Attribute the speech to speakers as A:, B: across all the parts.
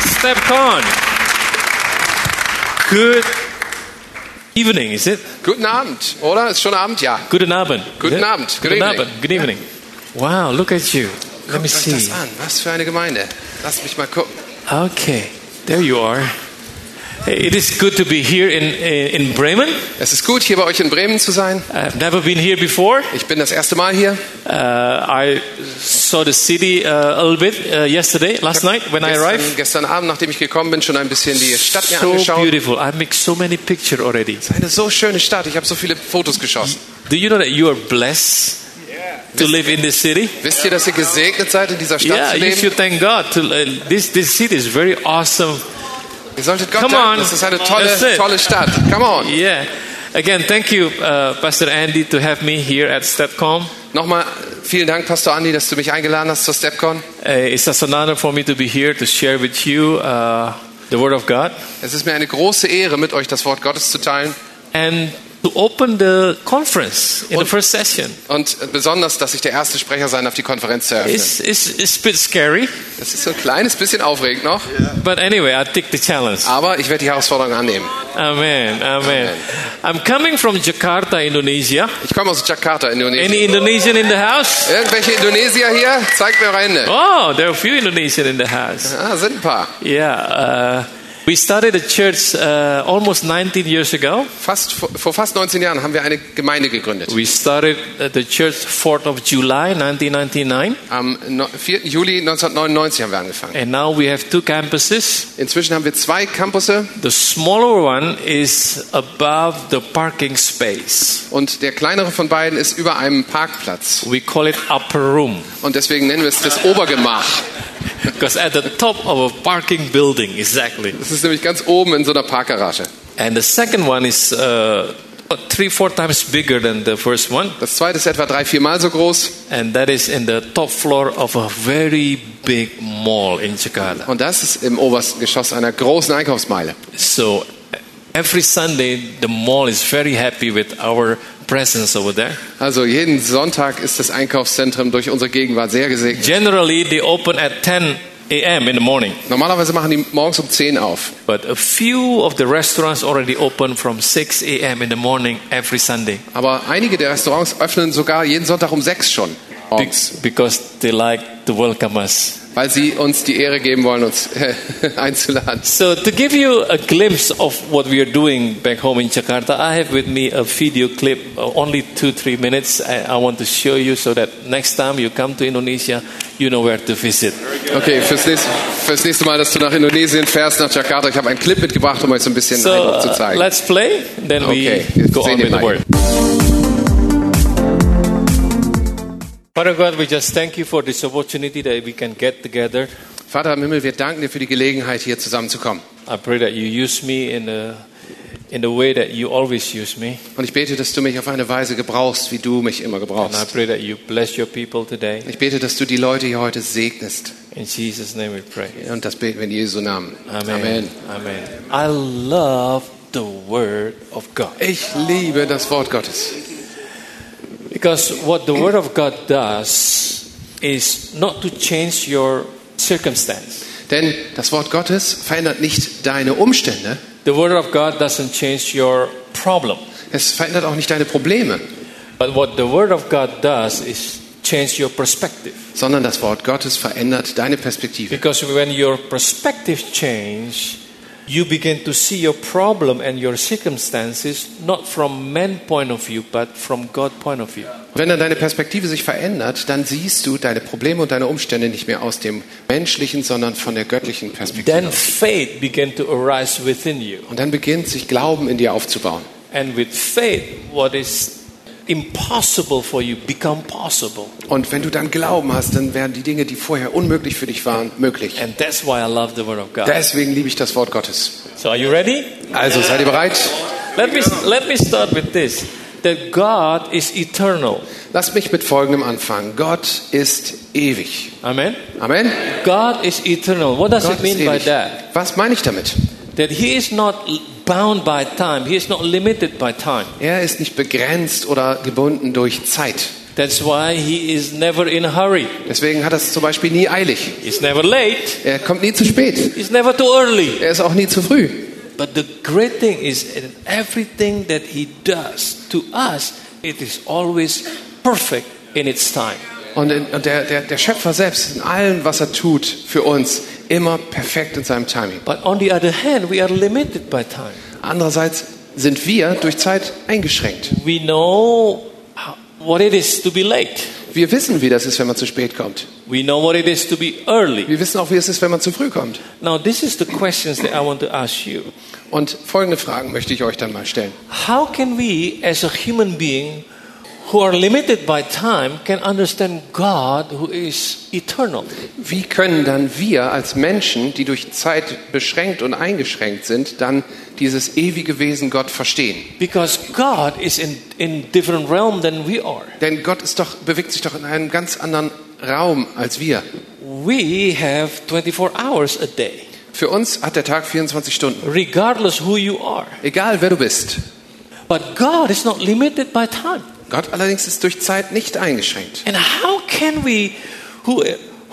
A: step con. Good evening, is it?
B: Guten Abend, oder? Ist schon Abend? Ja.
A: Good Abend.
B: Guten Abend.
A: Good,
B: Good evening.
A: Abend. Good evening. Wow, look at you. Let
B: Guckt
A: me
B: euch das
A: see.
B: an. Was für eine Gemeinde. Lasst mich mal gucken.
A: Okay, there you are. It is good to be here in in Bremen.
B: Es ist gut, hier bei euch in Bremen zu sein.
A: I've never been here before.
B: Ich bin das erste Mal hier.
A: Uh, I saw the city uh, a little bit uh, yesterday, last night when I
B: Gestern,
A: arrived.
B: gestern Abend, nachdem ich gekommen bin, schon ein bisschen die Stadt mir
A: So
B: angeschaut.
A: beautiful. I make so many pictures already.
B: Eine so schöne Stadt. Ich habe so viele Fotos geschossen.
A: Do you know that you are blessed to live in this city?
B: Wisst ihr, dass ihr gesegnet seid, in dieser Stadt
A: Yeah,
B: zu
A: you
B: leben?
A: should thank God. To, uh, this this city is very awesome.
B: Ihr solltet Gott
A: Come
B: danken.
A: on.
B: Das ist eine
A: That's
B: tolle,
A: it.
B: tolle Stadt. Come on.
A: Yeah. Again, thank you, uh, Pastor Andy, to have me here at StatCom.
B: Nochmal vielen Dank, Pastor Andi, dass du mich eingeladen hast zur StepCon.
A: Uh, it's such an honor for me to be here to share with you uh, the Word of God
B: Es ist mir eine große Ehre, mit euch das Wort Gottes zu teilen.
A: and to open the conference in the first session.
B: Und besonders, dass ich der erste Sprecher sein darf, die Konferenz zu eröffnen.
A: It's, it's, it's a bit scary,
B: Das ist so ein kleines bisschen aufregend noch,
A: but anyway, I take the challenge.
B: aber ich werde die Herausforderung annehmen.
A: Amen, Ah. amen.
B: Amen.
A: I'm coming from Jakarta, Indonesia.
B: Ich komme aus Jakarta, Indonesien.
A: Any Indonesian in the house?
B: Irgendwelche Indonesier hier? Zeigt mir eure Hände.
A: Oh, there are a few Indonesian in the house.
B: Ah, sind ein paar.
A: Yeah, uh, we started a church uh, almost 19 years ago.
B: Fast, vor vor fast 19 Jahren haben wir eine Gemeinde gegründet.
A: We started uh, the church 4th of July 1999,
B: Am no- 4. Juli 1999 haben wir angefangen.
A: and now we have two campuses.
B: Inzwischen haben wir zwei Campusse
A: The smaller one is above the parking space.
B: und der kleinere von beiden ist über einem Parkplatz.
A: We call it upper room
B: Und deswegen nennen wir es das Obergemach.
A: because at the top of a parking building, exactly.
B: Das ist nämlich ganz oben in so einer Parkgarage.
A: And the second one is uh, three, four times bigger than the first one,
B: Das zweite ist etwa drei, viermal so groß.
A: and that is in the top floor of a very big mall in Jakarta.
B: Und das ist im obersten Geschoss einer großen Einkaufsmeile.
A: So every Sunday, the mall is very happy with our presence over there.
B: Also jeden Sonntag ist das Einkaufszentrum durch unsere Gegenwart sehr gesegnet.
A: Generally, they open at 10 a.m. in the morning,
B: Normalerweise machen die morgens um 10 auf.
A: but a few of the restaurants already open from 6 a.m. in the morning every Sunday
B: Aber einige der Restaurants öffnen sogar jeden Sonntag um 6 schon
A: be-
B: morgens,
A: because they like to welcome us.
B: weil sie uns die Ehre geben wollen, uns einzuladen.
A: So, to give you a glimpse of what we are doing back home in Jakarta, I have with me a video clip, uh, only two, three minutes. I, I want to show you so that next time you come to Indonesia, you know where to visit.
B: Okay, fürs nächste, fürs nächste Mal, dass du nach Indonesien fährst, nach Jakarta. Ich habe einen Clip mitgebracht, um euch so ein bisschen
A: So
B: Eindruck zu
A: uh,
B: zeigen.
A: let's play, then
B: Okay,
A: we
B: let's
A: go
B: say
A: on
B: the
A: with the
B: mic.
A: word. Father God, we just thank you for this opportunity that we can get together.
B: Vater im Himmel, wir danken dir für die Gelegenheit, hier zusammenzukommen.
A: I pray that you use me in the in the way that you always use me,
B: Und ich bete, dass du mich auf eine Weise gebrauchst, wie du mich immer
A: and I
B: gebrauchst.
A: pray that you bless your people today.
B: Ich bete, dass du die Leute hier heute segnest.
A: In Jesus' name, we pray.
B: Und das beten wir in Jesu Namen.
A: Amen. Amen. I love the Word of God
B: Ich liebe das Wort Gottes.
A: because what the Word of God does is not to change your circumstance.
B: Denn das Wort Gottes verändert nicht deine Umstände,
A: The word of God doesn't change your problem.
B: es verändert auch nicht deine Probleme,
A: But what the word of God does is change your perspective.
B: sondern das Wort Gottes verändert deine Perspektive.
A: Because when your perspective change, you begin to see your problem and your circumstances not from man point of view but from God point of view.
B: Wenn dann deine Perspektive sich verändert, dann siehst du deine Probleme und deine Umstände nicht mehr aus dem menschlichen, sondern von der göttlichen Perspektive.
A: Then faith began to arise within you.
B: Und dann beginnt sich Glauben in dir aufzubauen.
A: And with faith what is impossible for you become possible.
B: Und wenn du dann Glauben hast, dann werden die Dinge, die vorher unmöglich für dich waren, möglich.
A: And that's why I love the word of God.
B: Deswegen liebe ich das Wort Gottes.
A: So are you ready?
B: Also seid ihr bereit?
A: Let me, let me start with this that God is eternal.
B: Lasst mich mit Folgendem anfangen. Gott ist ewig.
A: Amen.
B: Amen.
A: God is eternal. What does
B: Gott
A: it mean
B: ist
A: by
B: ewig.
A: that?
B: Was meine ich damit?
A: That He is not bound by time, He is not limited by time.
B: Er ist nicht begrenzt oder gebunden durch Zeit.
A: That's why he is never in a hurry.
B: Deswegen hat er es zum Beispiel nie eilig.
A: He's never late.
B: Er kommt nie zu spät.
A: He's never too early.
B: Er ist auch nie zu früh.
A: But the great thing is in everything that he does to us, it is always perfect in its time.
B: Und, in, und der, der, der Schöpfer selbst in allem, was er tut für uns, immer perfekt in seinem Timing.
A: But on the other hand, we are limited by time.
B: Andererseits sind wir durch Zeit eingeschränkt.
A: We know how- what it is to be late.
B: Wir wissen, wie das ist, wenn man zu spät kommt.
A: We know what it is to be early.
B: Wir wissen auch, wie es ist, wenn man zu früh kommt.
A: Now, this is the questions that I want to ask you.
B: Und folgende Fragen möchte ich euch dann mal stellen.
A: How can we, as a human being who are limited by time, can understand God who is eternal?
B: Wie können dann wir als Menschen, die durch Zeit beschränkt und eingeschränkt sind, dann dieses ewige Wesen Gott verstehen?
A: Because God is in, in different realm than we are.
B: Denn Gott ist doch, bewegt sich doch in einem ganz anderen Raum als wir.
A: We have 24 hours a day,
B: Für uns hat der Tag 24 Stunden.
A: regardless who you are.
B: Egal wer du bist.
A: But God is not limited by time.
B: Gott allerdings ist durch Zeit nicht eingeschränkt.
A: And how can we, who,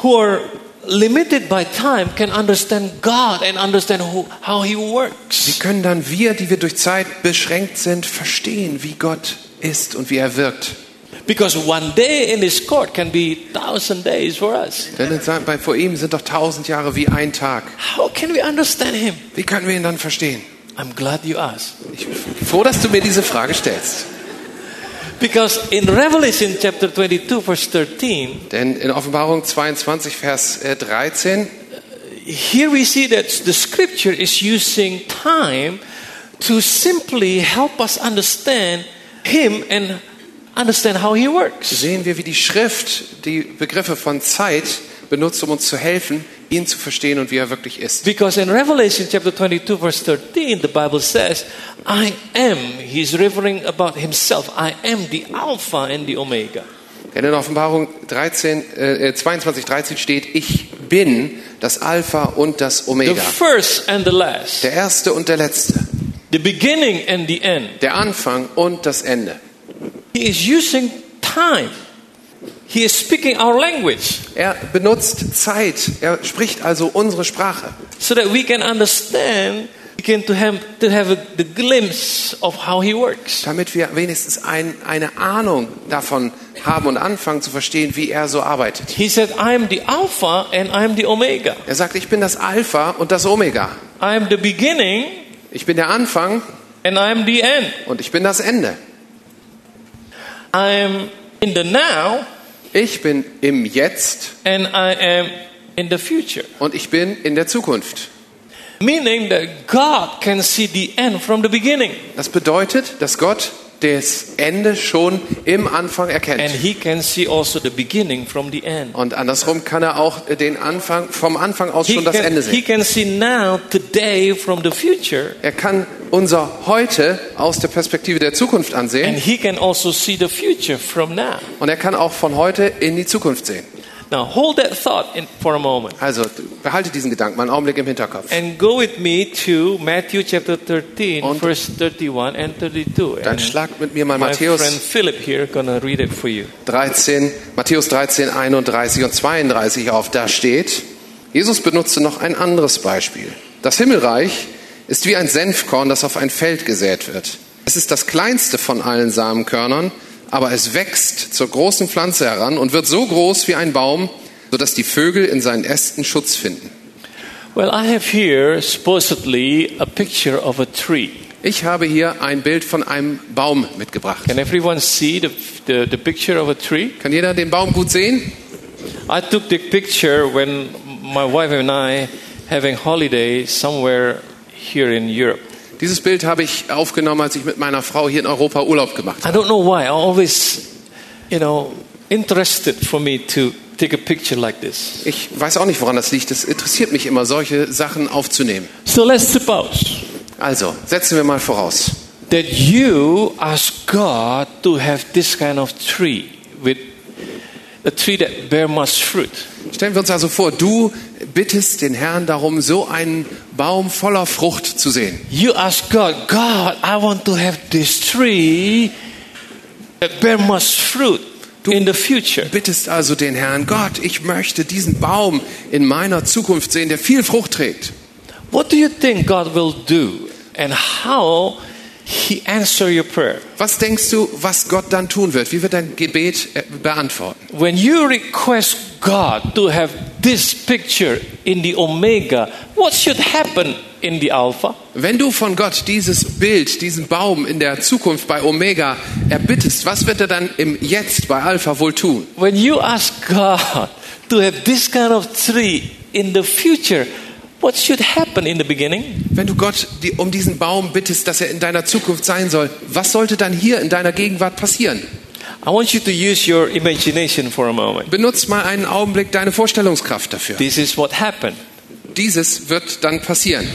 A: who are limited by time, can understand God and understand who, how He
B: Wie
A: works?
B: können dann wir, die wir durch Zeit beschränkt sind, verstehen, wie Gott ist und wie er wirkt?
A: Because one day in His court can be thousand days for us.
B: Denn in seinem- bei- vor ihm sind doch tausend Jahre wie ein Tag.
A: How can we understand Him?
B: Wie können wir ihn dann verstehen?
A: I'm glad you asked.
B: Ich bin froh, dass du mir diese Frage stellst.
A: Because in Revelation chapter 22, verse 13,
B: Denn in Offenbarung 22, Vers äh, 13,
A: here we see that the scripture is using time to simply help us understand Him and understand how He works.
B: sehen wir, wie die Schrift die Begriffe von Zeit benutzt, um uns zu helfen, ihn zu verstehen und wie er wirklich ist.
A: Because in Revelation chapter 22, verse 13, the Bible says, I am, he's referring about himself, I am the Alpha and the Omega.
B: Denn in Offenbarung 13, äh, 22, 13 steht, ich bin das Alpha und das
A: The
B: Omega.
A: first and the last,
B: Der Erste und der Letzte.
A: the beginning and the end.
B: Der Anfang und das Ende.
A: He is using time. He is speaking our language
B: Er benutzt Zeit. Er spricht also unsere Sprache.
A: so that we can understand, we can to have, to have a, the glimpse of how he works.
B: damit wir wenigstens ein, eine Ahnung davon haben und anfangen zu verstehen, wie er so arbeitet.
A: He said, I am the Alpha and I am the Omega.
B: Er sagt, ich bin das Alpha und das Omega.
A: I am the beginning
B: Ich bin der Anfang
A: and I am the end.
B: und ich bin das Ende.
A: I am in the now
B: Ich bin im Jetzt
A: and I am in the future.
B: und ich bin in der Zukunft.
A: Meaning that God can see the end from the beginning
B: Das bedeutet, dass Gott das Ende schon im Anfang
A: and
B: erkennt.
A: He can see also the beginning from the end.
B: Und andersrum kann er auch den Anfang vom Anfang aus
A: He
B: schon das
A: can,
B: Ende
A: he
B: sehen.
A: can see now, today, from the future,
B: Er kann unser Heute aus der Perspektive der Zukunft
A: and
B: ansehen
A: He can also see the future from now.
B: und er kann auch von heute in die Zukunft sehen.
A: Now, hold that thought in, for a moment
B: Also behalte diesen Gedanken mal einen Augenblick im Hinterkopf.
A: and go with me to Matthew chapter 13,
B: Und-
A: verse 31 and 32.
B: Dann
A: And
B: schlag mit mir mal
A: my friend
B: Matthäus
A: Philip here gonna read it for you.
B: 13, Matthäus 13, 31 und 32 auf. Da steht, Jesus benutzte noch ein anderes Beispiel. Das Himmelreich ist wie ein Senfkorn, das auf ein Feld gesät wird. Es ist das kleinste von allen Samenkörnern, aber es wächst zur großen Pflanze heran und wird so groß wie ein Baum, sodass die Vögel in seinen Ästen Schutz finden.
A: Well, I have here supposedly a picture of a tree.
B: Ich habe hier ein Bild von einem Baum mitgebracht.
A: Can everyone see the, the, the picture of a tree?
B: Kann jeder den Baum gut sehen?
A: I took the picture when my wife and I having holiday somewhere here in Europe.
B: Dieses Bild habe ich aufgenommen, als ich mit meiner Frau hier in Europa Urlaub gemacht
A: I
B: habe.
A: don't know why. I always, you know, interested for me to take a picture like this.
B: Ich weiß auch nicht, woran das liegt. Es interessiert mich immer, solche Sachen aufzunehmen.
A: So let's suppose
B: Also, setzen wir mal voraus.
A: that you ask God to have this kind of tree with a tree that bear much fruit.
B: Stellen wir uns also vor, du bittest den Herrn darum, so einen Baum voller Frucht zu sehen.
A: You ask God, God, I want to have this tree that bear much fruit. in the future.
B: bittest also den Herrn, Gott, ich möchte diesen Baum in meiner Zukunft sehen, der viel Frucht trägt.
A: What do you think God will do and how he answer your prayer?
B: Was denkst du, was Gott dann tun wird? Wie wird dein Gebet äh, beantworten?
A: When you request God to have this picture in the omega, what should happen in the alpha?
B: Wenn du von Gott dieses Bild, diesen Baum in der Zukunft bei Omega erbittest, was wird er dann im Jetzt bei Alpha wohl tun?
A: When you ask God to have this kind of tree in the future, what should happen in the beginning?
B: Wenn du Gott die, um diesen Baum bittest, dass er in deiner Zukunft sein soll, was sollte dann hier in deiner Gegenwart passieren?
A: I want you to use your imagination for a moment.
B: Benutz mal einen Augenblick deine Vorstellungskraft dafür.
A: This is what happened.
B: Dieses wird dann passieren.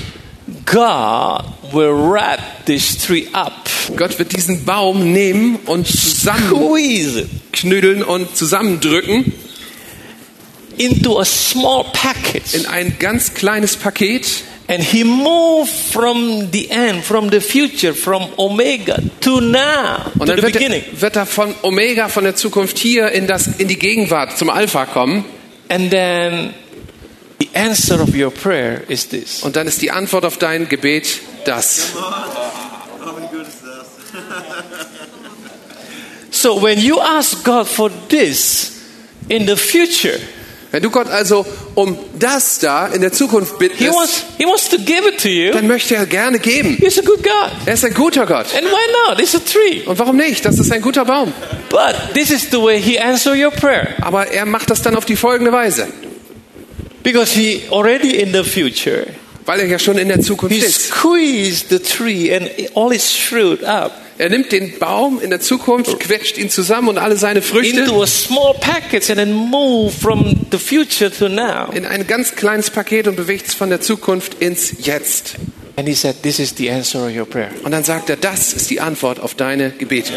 A: God will wrap this tree up,
B: Gott wird diesen Baum nehmen und
A: squeeze it
B: zusammenknüdeln und zusammendrücken
A: into a small package.
B: in ein ganz kleines Paket
A: And he moved from the end, from the future, from Omega to now, to
B: und dann
A: the
B: wird
A: beginning.
B: er, wird er von Omega, von der Zukunft hier in, das, in die Gegenwart zum Alpha kommen
A: And then the answer of your prayer is this
B: und dann ist die Antwort auf dein Gebet das.
C: Oh, wie gut ist das?
A: So when you ask God for this in the future,
B: Wenn du Gott also um das da in der Zukunft
A: he
B: bittest,
A: wants He wants to give it to you.
B: dann möchte er gerne geben.
A: He's a good God.
B: Er ist ein guter Gott.
A: And why not? It's a tree.
B: Und warum nicht? Das ist ein guter Baum.
A: But this is the way he answer your prayer.
B: Aber er macht das dann auf die folgende Weise,
A: Because he already in the future,
B: weil er ja schon in der Zukunft
A: he
B: ist.
A: squeezed the tree and all its fruit up.
B: Er nimmt den Baum in der Zukunft, quetscht ihn zusammen und alle seine Früchte
A: into a small package and then move from the future to now.
B: in ein ganz kleines Paket und bewegt es von der Zukunft ins Jetzt.
A: And he said, This is the answer of your prayer.
B: Und dann sagt er, das ist die Antwort auf deine Gebete.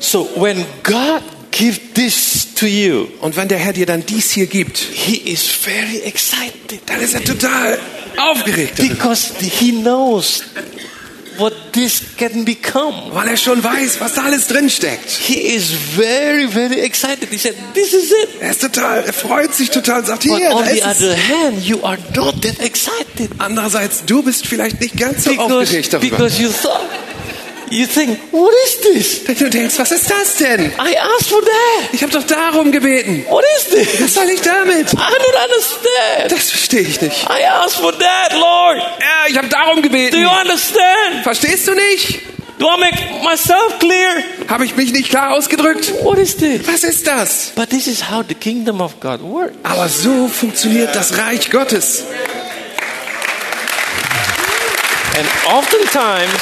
A: So when God gives this to you,
B: Und wenn der Herr dir dann dies hier gibt,
A: he is very excited
B: dann ist er total aufgeregt, darüber,
A: because he knows what this can become.
B: weil er schon weiß, was da alles drin steckt.
A: He is very, very excited. He said, This is it.
B: Er ist total, er freut sich total, sagt
A: But
B: hier,
A: on
B: da
A: the
B: ist es.
A: other hand, you are not that excited
B: Andererseits, du bist vielleicht nicht ganz so
A: because,
B: aufgeregt darüber.
A: because you thought, you think, What is this?
B: Denn du denkst, was ist das denn?
A: I asked for that.
B: Ich habe doch darum gebeten.
A: What is this?
B: Was soll ich damit?
A: I don't understand.
B: Das verstehe ich nicht.
A: I asked for that, Lord.
B: Ja, ich habe darum
A: Do you
B: gebeten.
A: understand?
B: Verstehst du nicht?
A: Do I make myself clear?
B: Habe ich mich nicht klar ausgedrückt?
A: What is this?
B: Was ist das?
A: But this is how the kingdom of God works.
B: Aber so funktioniert das Reich Gottes.
A: And oftentimes,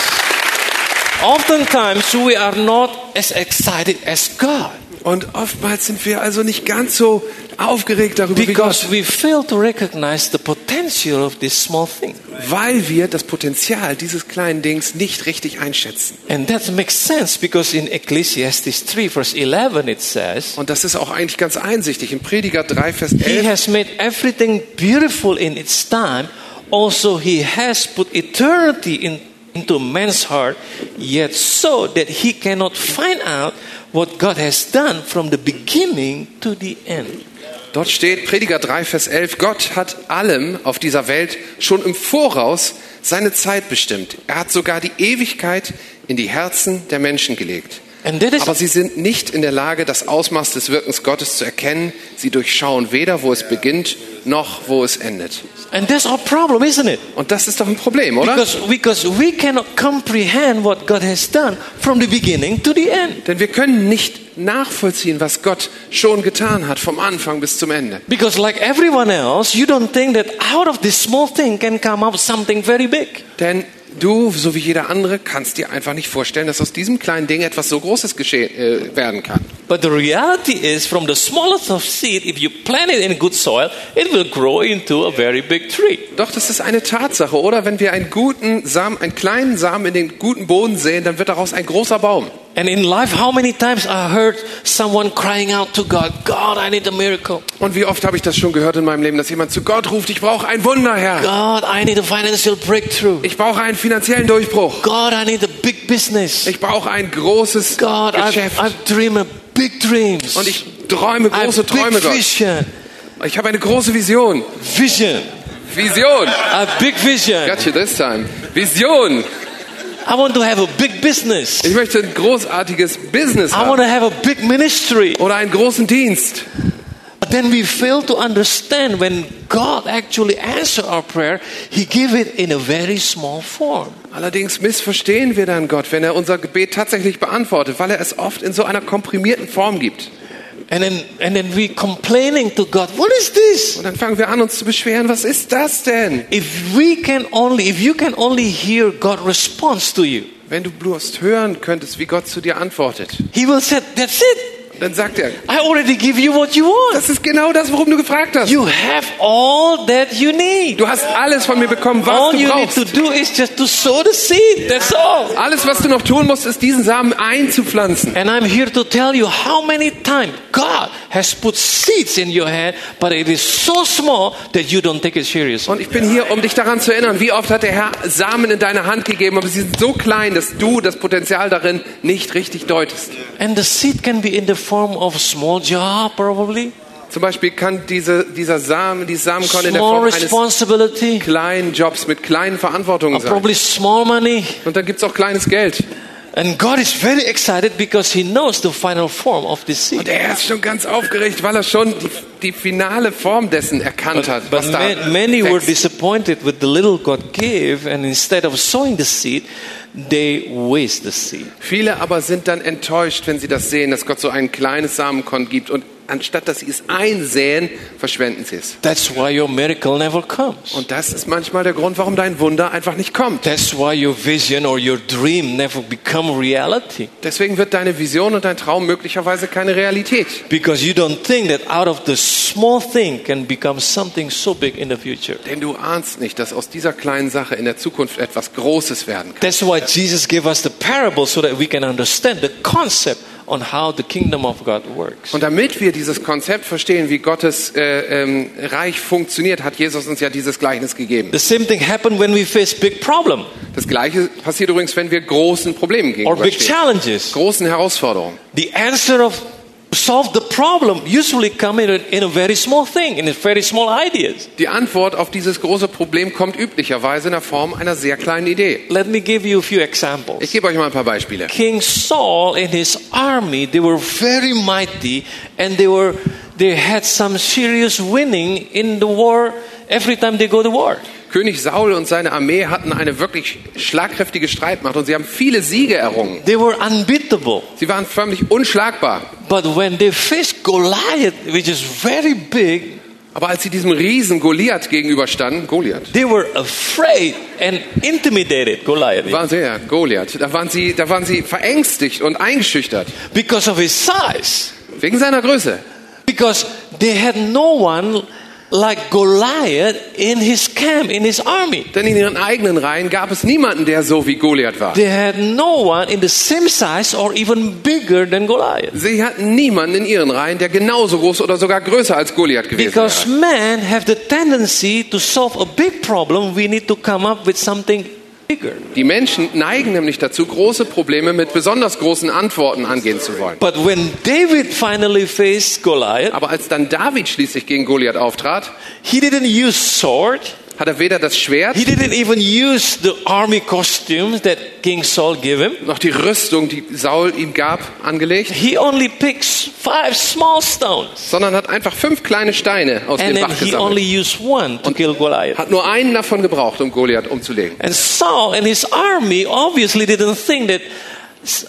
A: oftentimes we are not as excited as God
B: Und oftmals sind wir also nicht ganz so aufgeregt darüber wie Gott,
A: because we fail to recognize the potential of this small thing.
B: weil wir das Potenzial dieses kleinen Dings nicht richtig einschätzen.
A: And that makes sense because in Ecclesiastes 3 verse 11 it says,
B: Und das ist auch eigentlich ganz einsichtig. Im Prediger 3, Vers
A: He
B: 11
A: has made everything beautiful in its time. Also, He has put eternity in, into man's heart, yet so that he cannot find out what God has done from the beginning to the end.
B: Dort steht Prediger 3, Vers 11, Gott hat allem auf dieser Welt schon im Voraus seine Zeit bestimmt. Er hat sogar die Ewigkeit in die Herzen der Menschen gelegt.
A: And that is-
B: Aber sie sind nicht in der Lage, das Ausmaß des Wirkens Gottes zu erkennen. Sie durchschauen weder, wo es beginnt, noch wo es endet.
A: And that's our problem, isn't it?
B: Und das ist doch ein Problem, oder?
A: Because, because we cannot comprehend what God has done from the beginning to the end.
B: Denn wir können nicht nachvollziehen, was Gott schon getan hat, vom Anfang bis zum Ende.
A: Because, like everyone else, you don't think that out of this small thing can come up something very big.
B: Denn du, so wie jeder andere, kannst dir einfach nicht vorstellen, dass aus diesem kleinen Ding etwas so Großes geschehen, äh, werden kann.
A: But the reality is, from the smallest of seed, if you plant it in good soil, it will grow into a very big tree.
B: Doch, das ist eine Tatsache, oder? Wenn wir einen guten Samen, einen kleinen Samen in den guten Boden säen, dann wird daraus ein großer Baum.
A: And in life, how many times I heard someone crying out to God, God, I need a miracle.
B: Und wie oft habe ich das schon gehört in meinem Leben, dass jemand zu Gott ruft, ich brauche ein Wunder, Herr.
A: God, I need a financial breakthrough.
B: Ich brauche einen finanziellen Durchbruch.
A: God, I need a big business.
B: Ich brauche ein großes
A: God, I've,
B: Geschäft.
A: I've dreamed a big dreams.
B: Und ich träume
A: I have
B: große
A: big
B: Träume, Gott.
A: vision.
B: Ich habe eine große Vision.
A: Vision.
B: Vision.
A: A big vision.
B: Got you this time. Vision.
A: I want to have a big business.
B: Ich möchte ein großartiges Business
A: I want
B: haben.
A: to have a big ministry.
B: Oder einen großen Dienst.
A: But then we fail to understand when God actually answered our prayer, He gave it in a very small form.
B: Allerdings missverstehen wir dann Gott, wenn er unser Gebet tatsächlich beantwortet, weil er es oft in so einer komprimierten Form gibt.
A: And then, and then we complaining to God, what is this?
B: Und dann fangen wir an, uns zu beschweren, was ist das denn?
A: If we can only, if you can only hear God response to you,
B: Wenn du bloß hören könntest, wie Gott zu dir antwortet,
A: He will say, that's it.
B: dann sagt er,
A: I already give you what you want.
B: das ist genau das, worum du gefragt hast.
A: You have all that you need.
B: Du hast alles von mir bekommen, was
A: All
B: du
A: you need
B: brauchst.
A: to do is just to sow the seed. That's all.
B: Alles, was du noch tun musst, ist diesen Samen einzupflanzen.
A: And I'm here to tell you how many times God has put seeds in your head, but it is so small that you don't take it seriously.
B: Und ich bin hier, um dich daran zu erinnern, wie oft hat der Herr Samen in deine Hand gegeben, aber sie sind so klein, dass du das Potenzial darin nicht richtig deutest.
A: And the seed can be in the form of a small job, probably,
B: Zum Beispiel kann diese, dieser Samen, dieses Samenkorn in der
A: small
B: Form eines
A: responsibility,
B: kleinen Jobs mit kleinen Verantwortungen sein.
A: probably small money.
B: Und dann gibt's auch kleines Geld.
A: And God is very excited because He knows the final form of this
B: Und
A: seed.
B: er ist schon ganz aufgeregt, weil er schon die, die finale Form dessen erkannt hat.
A: But
B: Was da
A: ma- many were
B: wächst.
A: disappointed with the little God gave, and instead of sowing the seed, they waste the seed.
B: Viele aber sind dann enttäuscht, wenn sie das sehen, dass Gott so ein kleines Samenkorn gibt. Und anstatt dass sie es einsäen, verschwenden sie es.
A: That's why your miracle never comes.
B: Und das ist manchmal der Grund, warum dein Wunder einfach nicht kommt.
A: That's why your vision or your dream never become reality.
B: Deswegen wird deine Vision und dein Traum möglicherweise keine Realität.
A: Because you don't think that out of the small thing can become something so big in the future.
B: Denn du ahnst nicht, dass aus dieser kleinen Sache in der Zukunft etwas Großes werden kann.
A: That's why Jesus gave us the parable so that we can understand the concept on how the kingdom of God works.
B: Und damit wir dieses Konzept verstehen, wie Gottes äh, ähm, Reich funktioniert, hat Jesus uns ja dieses Gleichnis gegeben.
A: The same thing happened when we face big problem
B: Das Gleiche passiert übrigens, wenn wir großen Problemen
A: or big
B: gegenüberstehen.
A: challenges.
B: Großen Herausforderungen.
A: The answer of solve the problem usually come in a, in a very small thing, in a very small ideas.
B: Die Antwort auf dieses große Problem kommt üblicherweise in der Form einer sehr kleinen Idee.
A: Let me give you a few examples.
B: Ich gebe euch mal ein paar Beispiele.
A: King Saul and his army, they were very mighty and they were they had some serious winning in the war every time they go to war.
B: König Saul und seine Armee hatten eine wirklich schlagkräftige Streitmacht und sie haben viele Siege errungen.
A: They were unbeatable.
B: Sie waren förmlich unschlagbar.
A: But when they faced Goliath, which is very big,
B: Aber als sie diesem Riesen Goliath gegenüberstanden, Goliath,
A: they were afraid and intimidated Goliath
B: waren sie ja Goliath, da waren sie, da waren sie verängstigt und eingeschüchtert
A: because of his size.
B: wegen seiner Größe,
A: Because they had no one like Goliath in his camp, in his army.
B: denn in ihren eigenen Reihen gab es niemanden, der so wie Goliath war.
A: They had no one in the same size or even bigger than Goliath.
B: Sie hatten niemanden in ihren Reihen, der genauso groß oder sogar größer als Goliath gewesen
A: Because
B: wäre.
A: men have the tendency to solve a big problem, we need to come up with something bigger.
B: Die Menschen neigen nämlich dazu, große Probleme mit besonders großen Antworten angehen zu wollen.
A: But when David finally faced Goliath,
B: Aber als dann David schließlich gegen Goliath auftrat,
A: he didn't use sword.
B: hat er weder das Schwert
A: He didn't even use the army costumes that King Saul gave him.
B: noch die Rüstung, die Saul ihm gab, angelegt,
A: He only picks five small stones,
B: sondern hat einfach fünf kleine Steine aus
A: and
B: dem
A: then
B: Bach
A: he only
B: gesammelt.
A: used one to kill Goliath.
B: Hat nur einen davon gebraucht, um Goliath umzulegen.
A: And Saul and his army obviously didn't think that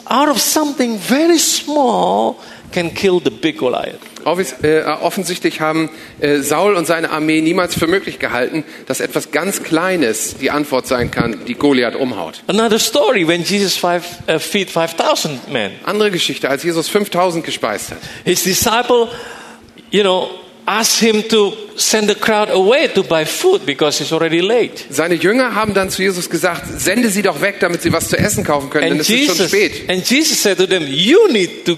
A: out of something very small can kill the big Goliath.
B: Offens- äh, Offensichtlich haben äh, Saul und seine Armee niemals für möglich gehalten, dass etwas ganz Kleines die Antwort sein kann, die Goliath umhaut.
A: Another story when Jesus five, uh, feed 5,000 men.
B: Andere Geschichte, als Jesus 5000 gespeist hat.
A: His disciple, you know, asked him to send the crowd away to buy food because it's already late.
B: Seine Jünger haben dann zu Jesus gesagt, sende sie doch weg, damit sie was zu essen kaufen können, denn es ist schon
A: Jesus,
B: spät.
A: and Jesus said to them, You need to,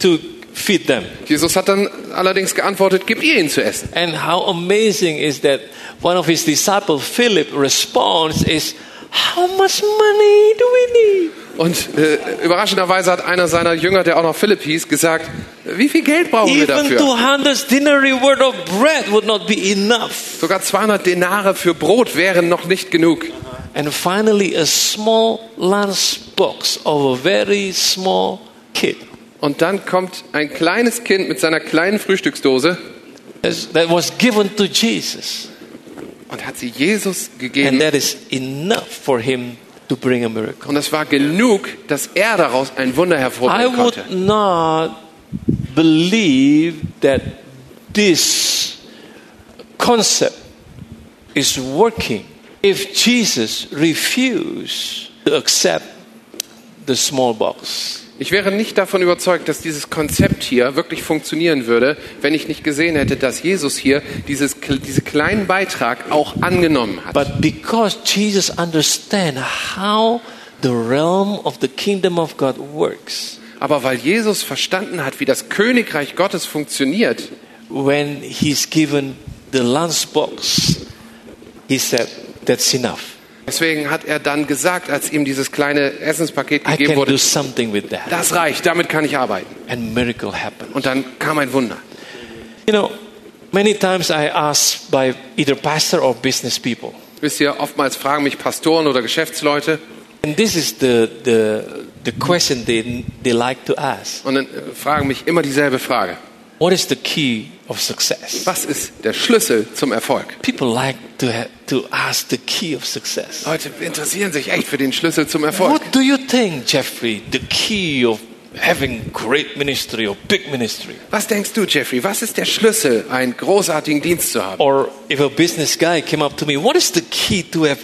A: to feed them.
B: Jesus hat dann allerdings geantwortet, gib ihr ihn zu essen.
A: And how amazing is that one of his disciples, Philip, response is, How much money do we need?
B: Und äh, überraschenderweise hat einer seiner Jünger, der auch noch Philipp hieß, gesagt, wie viel Geld brauchen wir
A: Even
B: dafür?
A: 200 denarii worth of bread would not be enough.
B: Sogar 200 Denare für Brot wären noch nicht genug.
A: And finally, a small lunch box of a very small kid.
B: Und dann kommt ein kleines Kind mit seiner kleinen Frühstücksdose
A: That's- That was given to Jesus.
B: und hat sie Jesus
A: And
B: gegeben.
A: that is enough for him to bring a miracle.
B: Und das war genug, dass er daraus ein Wunder
A: I
B: hervorbringen konnte.
A: would not believe that this concept is working if Jesus refused to accept the small box.
B: Ich wäre nicht davon überzeugt, dass dieses Konzept hier wirklich funktionieren würde, wenn ich nicht gesehen hätte, dass Jesus hier dieses, diesen kleinen Beitrag auch angenommen hat.
A: But because Jesus understands how the realm of the kingdom of God works,
B: Aber weil Jesus verstanden hat, wie das Königreich Gottes funktioniert,
A: when he's given the lunch box, he said, That's enough.
B: deswegen hat er dann gesagt, als ihm dieses kleine Essenspaket
A: I
B: gegeben
A: can do
B: wurde,
A: something with that.
B: das reicht, damit kann ich arbeiten.
A: And miracle happened.
B: Und dann kam ein Wunder.
A: You know, many times I ask by either pastor or business people,
B: Wisst ihr, oftmals fragen mich Pastoren oder Geschäftsleute
A: and this is the the the question they they like to ask.
B: und dann äh, fragen mich immer dieselbe Frage.
A: What is the key of success?
B: Was ist der Schlüssel zum Erfolg?
A: People like to ha- to ask the key of success.
B: Leute interessieren sich echt für den Schlüssel zum Erfolg.
A: What do you think, Jeffrey? The key of having great ministry or big ministry,
B: Was denkst du, Jeffrey? Was ist der Schlüssel, einen großartigen Dienst zu haben?
A: or if a business guy came up to me, what is the key to have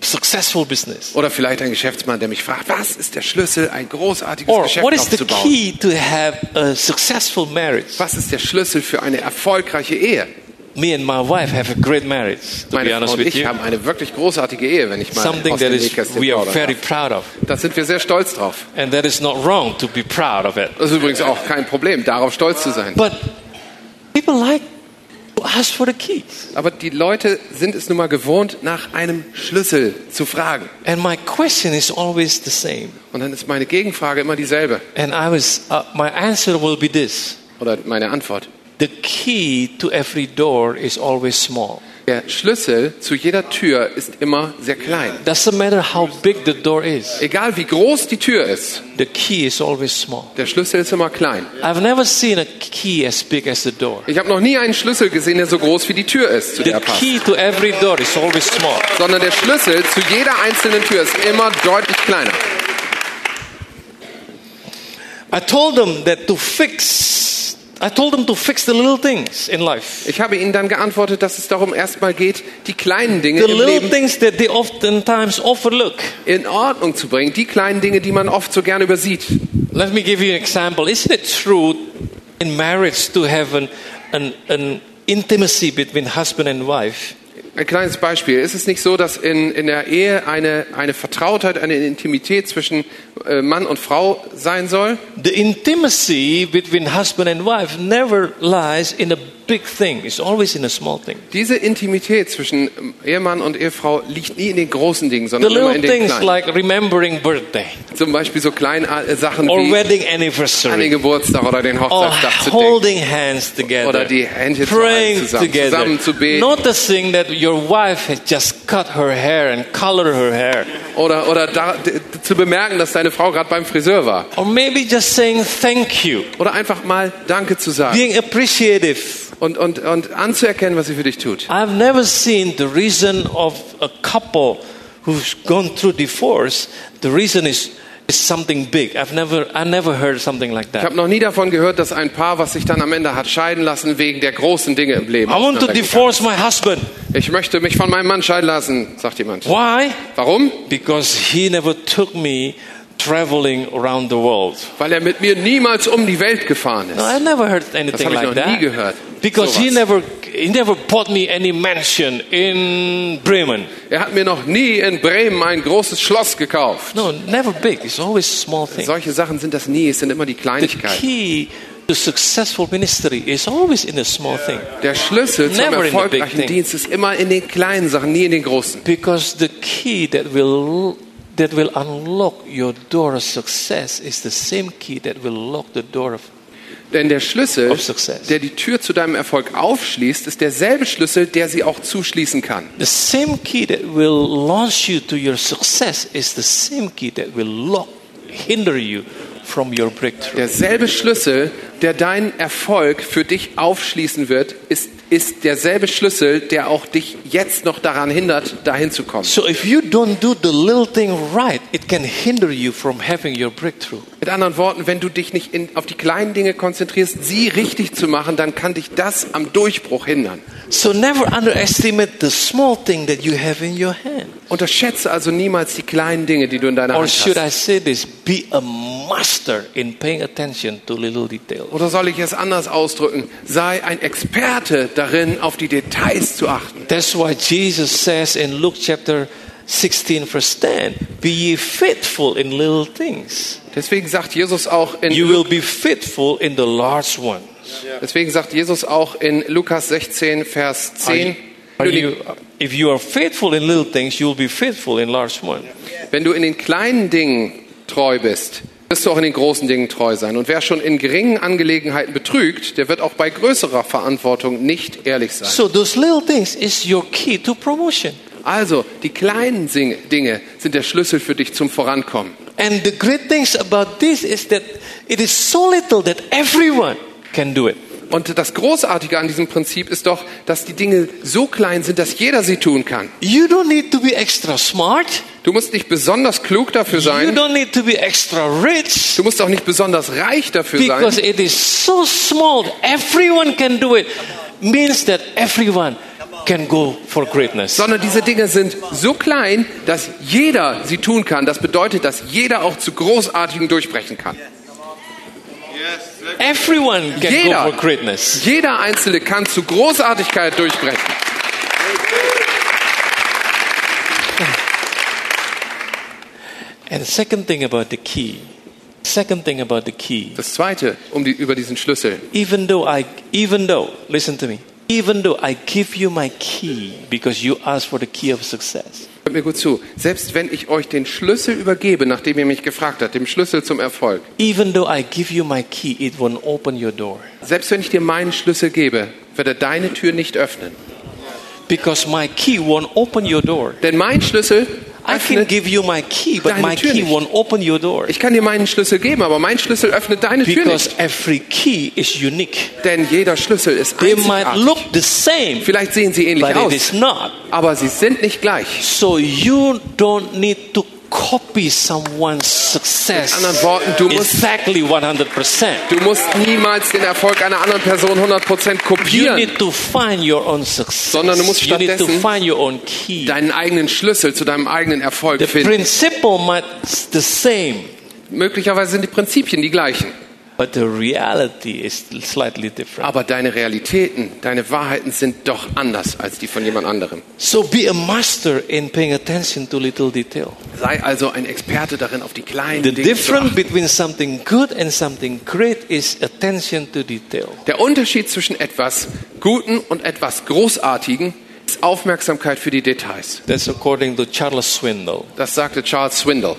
A: successful business?
B: Oder vielleicht ein Geschäftsmann, der mich fragt, was ist der Schlüssel, ein großartiges
A: Or
B: Geschäft
A: what is the
B: aufzubauen?
A: key to have a successful marriage?
B: Was ist der Schlüssel für eine erfolgreiche Ehe?
A: me and my wife have a great marriage, to be
B: Meine Frau
A: honest
B: und
A: with
B: ich
A: you.
B: haben eine wirklich großartige Ehe, wenn ich mal
A: Something
B: aus
A: that
B: dem
A: is
B: Nähkästchen
A: we are
B: plaudern
A: very
B: darf.
A: proud of.
B: Da sind wir sehr stolz drauf.
A: And that is not wrong to be proud of it.
B: Das ist übrigens auch kein Problem, darauf stolz zu sein.
A: But people like to ask for the keys.
B: Aber die Leute sind es nun mal gewohnt, nach einem Schlüssel zu fragen.
A: And my question is always the same.
B: Und dann ist meine Gegenfrage immer dieselbe.
A: And I was uh, my answer will be this.
B: Oder meine Antwort.
A: The key to every door is always small.
B: Der Schlüssel zu jeder Tür ist immer sehr klein.
A: Doesn't matter how big the door is.
B: Egal wie groß die Tür ist,
A: The key is always small.
B: der Schlüssel ist immer klein.
A: I've never seen a key as big as the door.
B: Ich habe noch nie einen Schlüssel gesehen, der so groß wie die Tür ist, zu der
A: The
B: er passt.
A: key to every door is always small.
B: Sondern der Schlüssel zu jeder einzelnen Tür ist immer deutlich kleiner.
A: I told them that to fix, I told them to fix the little things in life.
B: Ich habe ihnen dann geantwortet, dass es darum erstmal geht, die kleinen Dinge
A: The
B: im
A: little
B: Leben
A: things that they oftentimes overlook.
B: in Ordnung zu bringen. Die kleinen Dinge, die man oft so gerne übersieht.
A: Let me give you an example. Isn't it true in marriage to have an, an, an intimacy between husband and wife?
B: Ein kleines Beispiel. Ist es nicht so, dass in, in der Ehe eine, eine Vertrautheit, eine Intimität zwischen äh, Mann und Frau sein soll?
A: The intimacy between husband and wife never lies in a big thing, it's always in a small thing.
B: Diese Intimität zwischen Ehemann und Ehefrau liegt nie in den großen Dingen,
A: The
B: sondern immer
A: little
B: in den
A: things
B: kleinen.
A: like remembering birthday
B: Zum Beispiel so kleine äh, Sachen
A: or
B: wie
A: wedding
B: an den
A: anniversary.
B: Geburtstag oder den
A: or
B: Hochzeitstag zu denken.
A: Oh, holding hands together,
B: Oder die Hände zu halten
A: praying
B: zusammen,
A: together,
B: zusammen zu beten.
A: noticing that your wife has just cut her hair and colored her hair,
B: Oder, oder da, d- zu bemerken, dass deine Frau gerade beim Friseur war.
A: or maybe just saying thank you,
B: Oder einfach mal Danke zu sagen
A: being appreciative.
B: und, und, und anzuerkennen, was sie für dich tut.
A: I've never seen the reason of a couple who's gone through divorce. The reason is is something big. I've never I never heard something like
B: Ich
A: that.
B: habe noch nie davon gehört, dass ein Paar, was sich dann am Ende hat scheiden lassen, wegen der großen Dinge im Leben.
A: I want to
B: auseinandergegangen
A: divorce my husband.
B: ist. Ich möchte mich von meinem Mann scheiden lassen, sagt jemand.
A: Why?
B: Warum?
A: Because he never took me traveling around the world.
B: Weil er mit mir niemals um die Welt gefahren
A: No, I
B: ist.
A: never heard anything
B: Das hab ich
A: like
B: noch
A: that.
B: nie gehört.
A: Because he
B: Sowas.
A: never he never bought me any mansion in Bremen.
B: Er hat mir noch nie in Bremen ein großes Schloss gekauft.
A: No, never big. It's always small things.
B: Solche Sachen sind das nie, es sind immer die
A: The
B: Kleinigkeiten.
A: key to successful ministry is always in the small thing.
B: Der Schlüssel zum
A: Never in the big
B: erfolgreichen
A: thing.
B: Dienst ist immer in den kleinen Sachen, nie in den großen.
A: Because the key that will that will unlock your door of success is the same key that will lock the door of
B: Denn der Schlüssel,
A: Of success.
B: der die Tür zu deinem Erfolg aufschließt, ist derselbe Schlüssel, der sie auch zuschließen kann.
A: the same key that will launch you to your success is the same key that will lock hinder you from your breakthrough.
B: Derselbe Schlüssel, der deinen Erfolg für dich aufschließen wird, ist, ist derselbe Schlüssel, der auch dich jetzt noch daran hindert, dahin zu kommen.
A: So if you don't do the little thing right, it can hinder you from having your breakthrough.
B: Mit anderen Worten, wenn du dich nicht in, auf die kleinen Dinge konzentrierst, sie richtig zu machen, dann kann dich das am Durchbruch hindern.
A: So never underestimate the small thing that you have in your hand.
B: Unterschätze also niemals die kleinen Dinge, die du in deiner
A: Or
B: Hand
A: should
B: hast.
A: I say this? Be a master in paying attention to little details.
B: Oder soll ich es anders ausdrücken? Sei ein Experte darin, auf die Details zu achten.
A: That's why Jesus says in Luke chapter 16, verse 10, Be ye faithful in little things.
B: Deswegen sagt Jesus auch in
A: You will be faithful in the large one.
B: Deswegen sagt Jesus auch in Lukas 16 Vers 10
A: Are
B: wenn du
A: you, if you are faithful in little things, you will be faithful in large one.
B: den- wenn du in den kleinen Dingen treu bist, wirst du auch in den großen Dingen treu sein. Und wer schon in geringen Angelegenheiten betrügt, der wird auch bei größerer Verantwortung nicht ehrlich sein.
A: So those little things is your key to promotion.
B: Also, die kleinen Sing- Dinge sind der Schlüssel für dich zum Vorankommen.
A: And the great things about this is that it is so little that everyone can do it.
B: Und das Großartige an diesem Prinzip ist doch, dass die Dinge so klein sind, dass jeder sie tun kann.
A: You don't need to be extra smart.
B: Du musst nicht besonders klug dafür
A: You
B: sein.
A: don't need to be extra rich.
B: Du musst auch nicht besonders reich dafür sein.
A: Because it is so small, everyone can do it, means that everyone can go for greatness.
B: sondern diese Dinge sind so klein, dass jeder sie tun kann. Das bedeutet, dass jeder auch zu großartigen durchbrechen kann.
C: Yes, very
A: Everyone can go
B: Jeder.
A: for greatness.
B: Jeder Einzelne kann zu Großartigkeit durchbrechen.
A: And second thing about the key, second thing about the key,
B: Das Zweite um die, über diesen Schlüssel.
A: even though I, even though, listen to me, even though I give you my key because you asked for the key of success,
B: Hört mir gut zu. Selbst wenn ich euch den Schlüssel übergebe, nachdem ihr mich gefragt habt, dem Schlüssel zum Erfolg,
A: even though I give you my key, it won't open your door.
B: selbst wenn ich dir meinen Schlüssel gebe, wird er deine Tür nicht öffnen.
A: Because my key won't open your door.
B: Denn mein Schlüssel
A: I can
B: öffnet,
A: give you my key, but
B: Deine
A: my
B: Tür
A: key
B: nicht.
A: won't open your door.
B: ich kann dir meinen Schlüssel geben, aber mein Schlüssel öffnet deine Tür nicht.
A: Because every key is unique.
B: Denn jeder Schlüssel ist
A: They might
B: einzigartig.
A: look the same,
B: Vielleicht sehen sie ähnlich
A: but it
B: aus,
A: is not.
B: aber sie sind nicht gleich.
A: So you don't need to copy someone's success
B: Mit anderen Worten, du musst-
A: exactly 100%.
B: Du musst niemals den Erfolg einer anderen Person 100%
A: You
B: kopieren,
A: need to find your own success.
B: Sondern du musst
A: you need to
B: stattdessen
A: find your own key.
B: deinen eigenen Schlüssel zu deinem eigenen Erfolg
A: The
B: finden.
A: principle might s- the same,
B: Möglicherweise sind die Prinzipien die gleichen,
A: but the reality is slightly different.
B: aber deine Realitäten, deine Wahrheiten sind doch anders als die von jemand anderem.
A: So be a master in paying attention to little detail.
B: Sei also ein Experte darin, auf die kleinen
A: The
B: Dinge zu
A: difference
B: achten.
A: between something good and something great is attention to detail.
B: Der Unterschied zwischen etwas Guten und etwas Großartigen ist Aufmerksamkeit für die Details.
A: That's according to Charles Swindoll.
B: Das sagte Charles Swindle.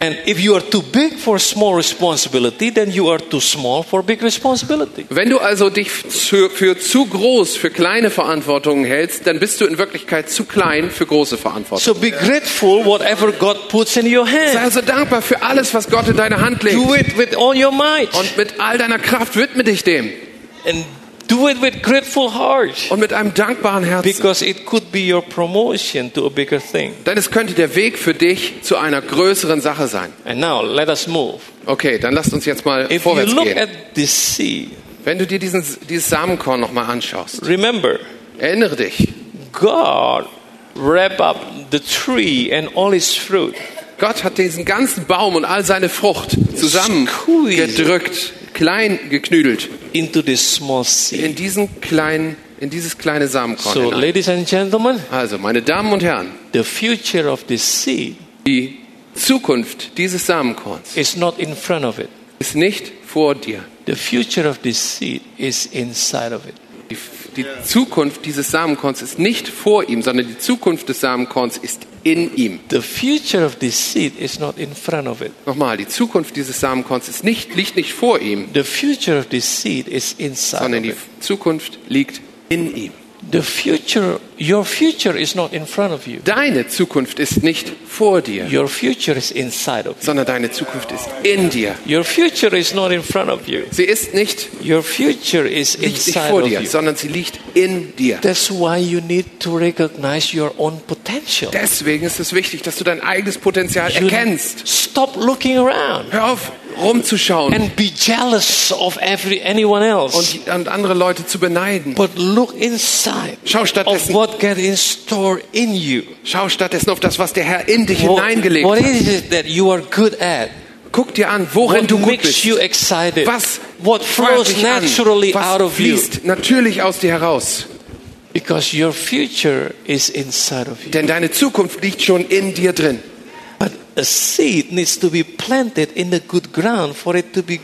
A: And if you are too big for small responsibility, then you are too small for big responsibility.
B: Wenn du also dich für, für zu groß für kleine Verantwortungen hältst, dann bist du in Wirklichkeit zu klein für große Verantwortung.
A: So be grateful whatever God puts in your
B: Sei
A: hand.
B: also dankbar für alles, was Gott in deine Hand legt.
A: Do it with all your might
B: Und mit all deiner Kraft widme dich dem.
A: and do it with grateful heart
B: Und mit einem dankbaren Herzen.
A: because it could be your promotion to a bigger thing.
B: Denn es könnte der Weg für dich zu einer größeren Sache sein.
A: And now let us move.
B: Okay, dann lasst uns jetzt mal
A: If you
B: vorwärts
A: look
B: gehen.
A: at this seed,
B: Wenn du dir diesen, dieses Samenkorn nochmal anschaust,
A: remember
B: erinnere dich,
A: God wrap up the tree and all its fruit.
B: Gott hat diesen ganzen Baum und all seine Frucht zusammengedrückt, klein geknüdelt
A: into this small seed.
B: in diesen kleinen, in dieses kleine Samenkorn.
A: So,
B: hinein.
A: ladies and gentlemen,
B: Also, meine Damen und Herren,
A: the future of this seed
B: die Zukunft dieses Samenkorns
A: is not in front of it.
B: ist nicht vor dir.
A: The future of this seed is inside of it.
B: Die, die Zukunft dieses Samenkorns ist nicht vor ihm, sondern die Zukunft des Samenkorns ist in ihm.
A: The future of this seed is not in front of it.
B: Nochmal, die Zukunft dieses Samenkorns ist nicht, liegt nicht vor ihm,
A: The future of this seed is inside
B: sondern
A: of
B: die
A: it.
B: Zukunft liegt in ihm.
A: The future, your future is not in front of you.
B: Deine Zukunft ist nicht vor dir,
A: Your future is inside of you.
B: sondern deine Zukunft ist in dir.
A: Your future is not in front of you.
B: Sie ist nicht,
A: Your future is
B: liegt nicht
A: inside
B: vor
A: of
B: dir,
A: you.
B: sondern sie liegt in dir.
A: That's why you need to recognize your own potential.
B: Deswegen ist es wichtig, dass du dein eigenes Potenzial
A: You
B: erkennst.
A: stop looking around
B: Hör auf, rumzuschauen
A: and be jealous of every anyone else.
B: und, und andere Leute zu beneiden.
A: But look inside
B: Schau
A: of
B: stattdessen-
A: what God in store in you.
B: Schau stattdessen auf das, was der Herr in dich
A: What,
B: hineingelegt
A: what
B: hat.
A: is it that you are good at?
B: Guck dir an, worin
A: What
B: du gut
A: makes
B: bist.
A: you excited?
B: Was
A: What
B: feuert
A: flows
B: dich an?
A: naturally
B: Was
A: out of you?
B: fließt natürlich aus dir heraus.
A: Because your future is inside of you.
B: Denn deine Zukunft liegt schon in dir drin.
A: But a seed needs to be planted in the good ground for it to be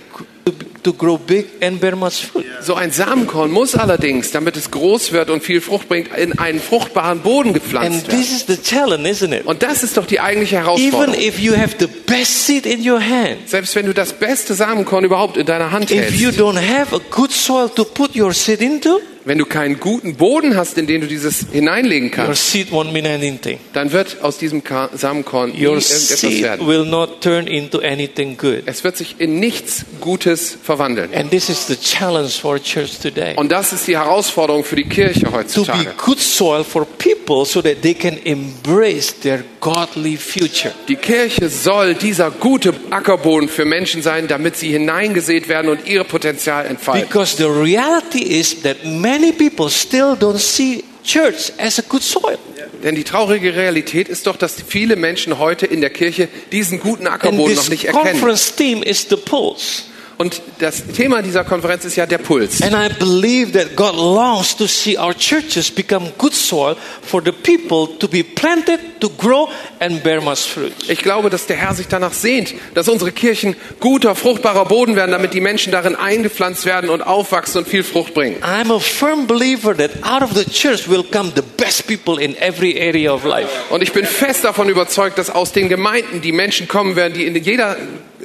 A: to, to grow big and bear much fruit.
B: So ein Samenkorn muss allerdings, damit es groß wird und viel Frucht bringt, in einen fruchtbaren Boden
A: And
B: gepflanzt werden.
A: this is the challenge, isn't it?
B: Und das ist doch die eigentliche
A: Even
B: Herausforderung.
A: if you have the best seed in your hand,
B: Selbst wenn du das beste Samenkorn überhaupt in deiner Hand
A: if you
B: hältst,
A: don't have a good soil to put your seed into,
B: wenn du keinen guten Boden hast, in den du dieses hineinlegen
A: your
B: kannst,
A: seed won't mean anything.
B: dann wird aus diesem Ka- Samenkorn nie
A: Your
B: irgendetwas
A: seed
B: werden.
A: will not turn into anything good.
B: Es wird sich in nichts Gutes verwandeln.
A: And this is the challenge for church today.
B: Und das ist die Herausforderung für die Kirche
A: To be
B: heutzutage.
A: good soil for people so that they can embrace their godly future.
B: Die Kirche soll dieser gute Ackerboden für Menschen sein, damit sie hineingesät werden und ihr Potenzial entfalten.
A: Because the reality is that many people still don't see church as a good soil.
B: Denn die traurige Realität ist doch, dass viele Menschen heute in der Kirche diesen guten
A: And
B: Ackerboden noch
A: this
B: nicht erkennen.
A: conference theme is the pulse.
B: Und das Thema dieser Konferenz ist ja der Puls.
A: And I believe that God longs to see our churches become good soil for the people to be planted, to grow, and bear much fruit.
B: Ich glaube, dass der Herr sich danach sehnt, dass unsere Kirchen guter, fruchtbarer Boden werden, damit die Menschen darin eingepflanzt werden und aufwachsen und viel Frucht bringen.
A: I'm a firm believer that out of the church will come the best people in every area of life.
B: Und ich bin fest davon überzeugt, dass aus den Gemeinden die Menschen kommen werden, die in jeder